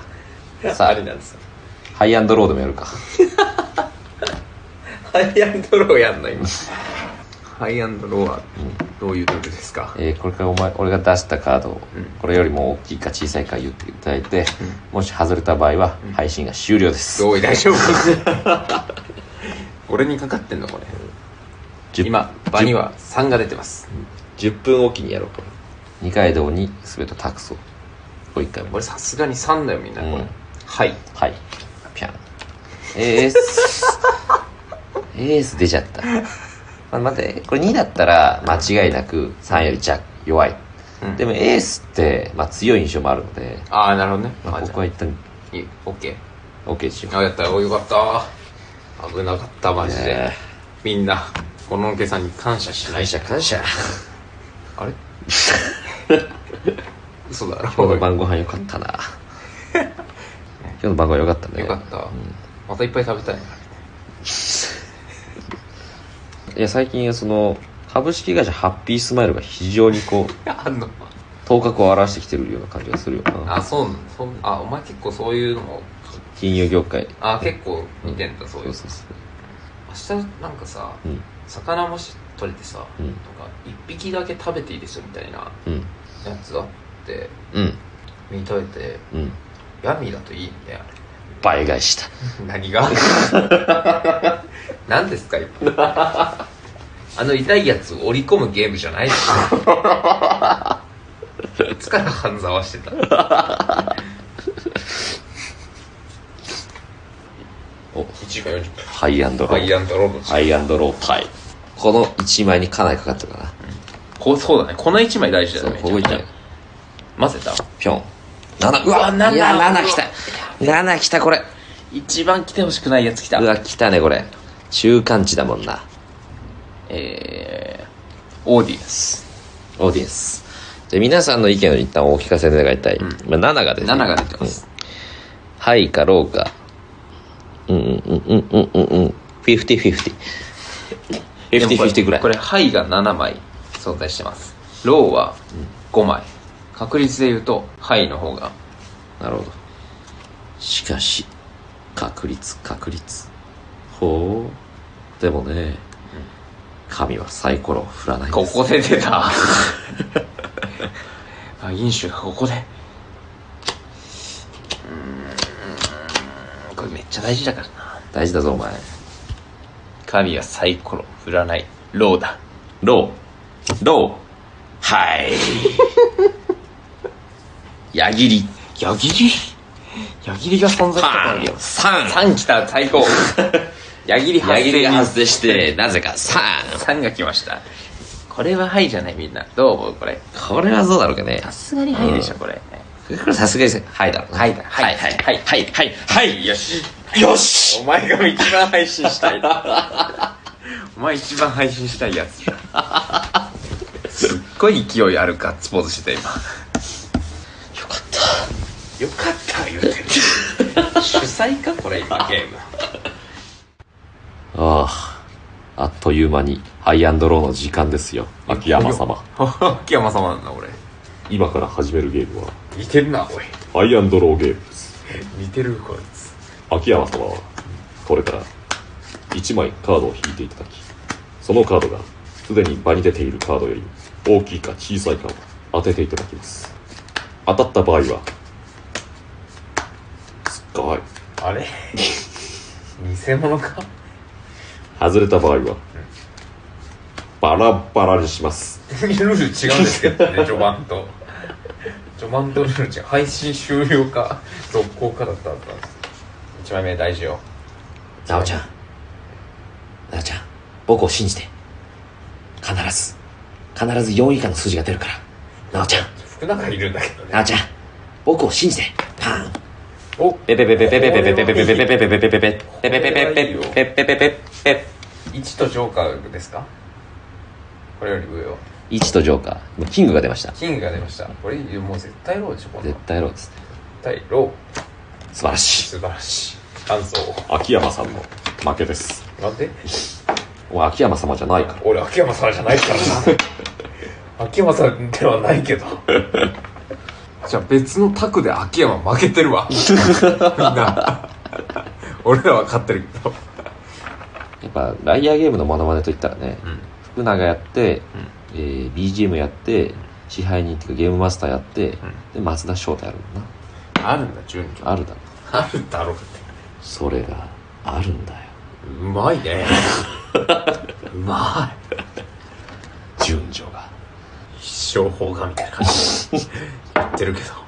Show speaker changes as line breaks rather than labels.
さあ
ありなんですよ
ハイアンドロードもやるか
ハイアンドローやんの今 ハイアンドローはどういうルールですか
えーこれからお前俺が出したカードを
うん
これよりも大きいか小さいか言っていただいて、もし外れた場合は配信が終了です、
おい大丈夫 俺にかかってんのこれ
10
今場には3が出てます10分おきにやろうこれ
二階堂に全て託そうもう一回も
俺さすがに3だよみんなこれ、
うん
はい
はいピャンエ ースエース出ちゃった、まあ、待ってこれ2だったら間違いなく3より弱弱い、
うん
でもエースって、まあ、強い印象もあるので、
ああなるほどね、
まあ、
あ、
こ
じゃ
こは一旦
あいい OK
OK にしよう
あやったおよかった危なかったマジで、
ね
みんなこのんけさんに感謝しない
感謝感謝
あ れ嘘だろ
今日の
よか
晩ご飯良か ったな今日の晩ご飯良かったね
った、またいっぱい食べたいない
や最近その株式会社ハッピースマイルが非常にこう
あんの
頭角を表してきてるような感じがするよな
あそうなのそうあお前結構そういうのも
金融業界
あ結構見てんだ、そういう
そう
の
そうそう
明日なんかさ
うん
魚もし取れてさ、
うん
なんか一匹だけ食べていいですよみたいな
うん
やつだって
うん
見といて
うん
闇だといいんだよあれ
倍返した
何が 何ですか今あの痛いやつを織り込むゲームじゃないですよいつから半沢してた
お
1時間40分
ハイアンドロ
ハイ
ー
アンドロード
ハイアンドローパイこの1枚にかなりかかってるかな
こうそうだねこの1枚大事だ
そう
ね
ここ
めちゃくちゃ
1枚
混ぜた
ピョン7うわ
うわ7
いや7来た7来たこれ
一番来てほしくないやつ来た
うわ来たねこれ中間値だもんな
えー、オーディエンス
オーディエンスで皆さんの意見を一旦お聞かせ願いたい、まあ、7が出て
7が出てます、
はいかろうか。うんうんうんうんうんうん。フィフティフィフティ。フィフティフィフティぐらい。
これ、ハイが7枚存在してます。ローは5枚。確率で言うと、ハイの方が。
なるほど。しかし、確率確率。ほう。でもね、神はサイコロを振らないん
こ
です。
こで出た。 あ、飲酒がここで。うーん、これめっちゃ大事だからな。
大事だぞお前。
神はサイコロ、振らない。ローだ。
ロー。ロー。 はい。矢切。
矢切矢切が存在してた
パ
ん
ン
だよ。。
三。
3来た、最 高。矢切
矢
発
切
生
が発生して、なぜか三。
3が来ました。これはハイじゃないみんな。どう思うこれ。
これはどうだろうかね。
さすがにはいでしょ、これ。
これさすがにはいだろうな
はいだ
はいはい
は
はいいはいはいはいよしよし
お前が一番配信したい。 お前一番配信したいやつじゃん。すっごい勢いあるガッツポーズしてた、今。
よかった
よかった、言うてる。主催かこれ、今、ゲー ム。
あああっという間にハイアンドローの時間ですよ秋山様
秋山様なんだ、俺。
今から始めるゲームは
似てるな、おい。
ハイアンドローゲームです
似てる、こいつ。
秋山様はこれから1枚カードを引いていただきそのカードがすでに場に出ているカードより大きいか小さいかを当てていただきます当たった場合はすっごい
あれ 偽物か
外れた場合はバラバラにします
ルール違うんですけど ね序盤と序盤とルール違う配信終了か 続行かだったんです1枚目大事よ
なおちゃんなおちゃん僕を信じて必ず必ず4以下の数字が出るからなおちゃん
福永いるんだけどね
なおちゃん僕を信じてパーン
お
ペペペペペペペペペペペペペペペペペペペペペペペペ
1とジョーカーですかこれより上を
1とジョーカーキングが出ました
キングが出ましたこれもう絶対ローでしょこんなの
絶
絶
対ローです
対ロ
素晴ら
ー
しい
素晴らしい感想
秋山さんの負けです
なんで
お前秋山様じゃないから
俺秋山 さんじゃないからな秋山さんではないけどじゃあ別のタクで秋山負けて るわみんな俺らは勝ってるけど
やっぱライアーゲームのモノマネといったらね、
うん
福永やって、えー BGM やって支配人っていうかゲームマスターやって、で松田翔太やるもん
あるんだ順調
なあるだろ
あるだろうって
それがあるんだよ
うまいね うまい
順序が
一生方がみたいな感じで言ってるけど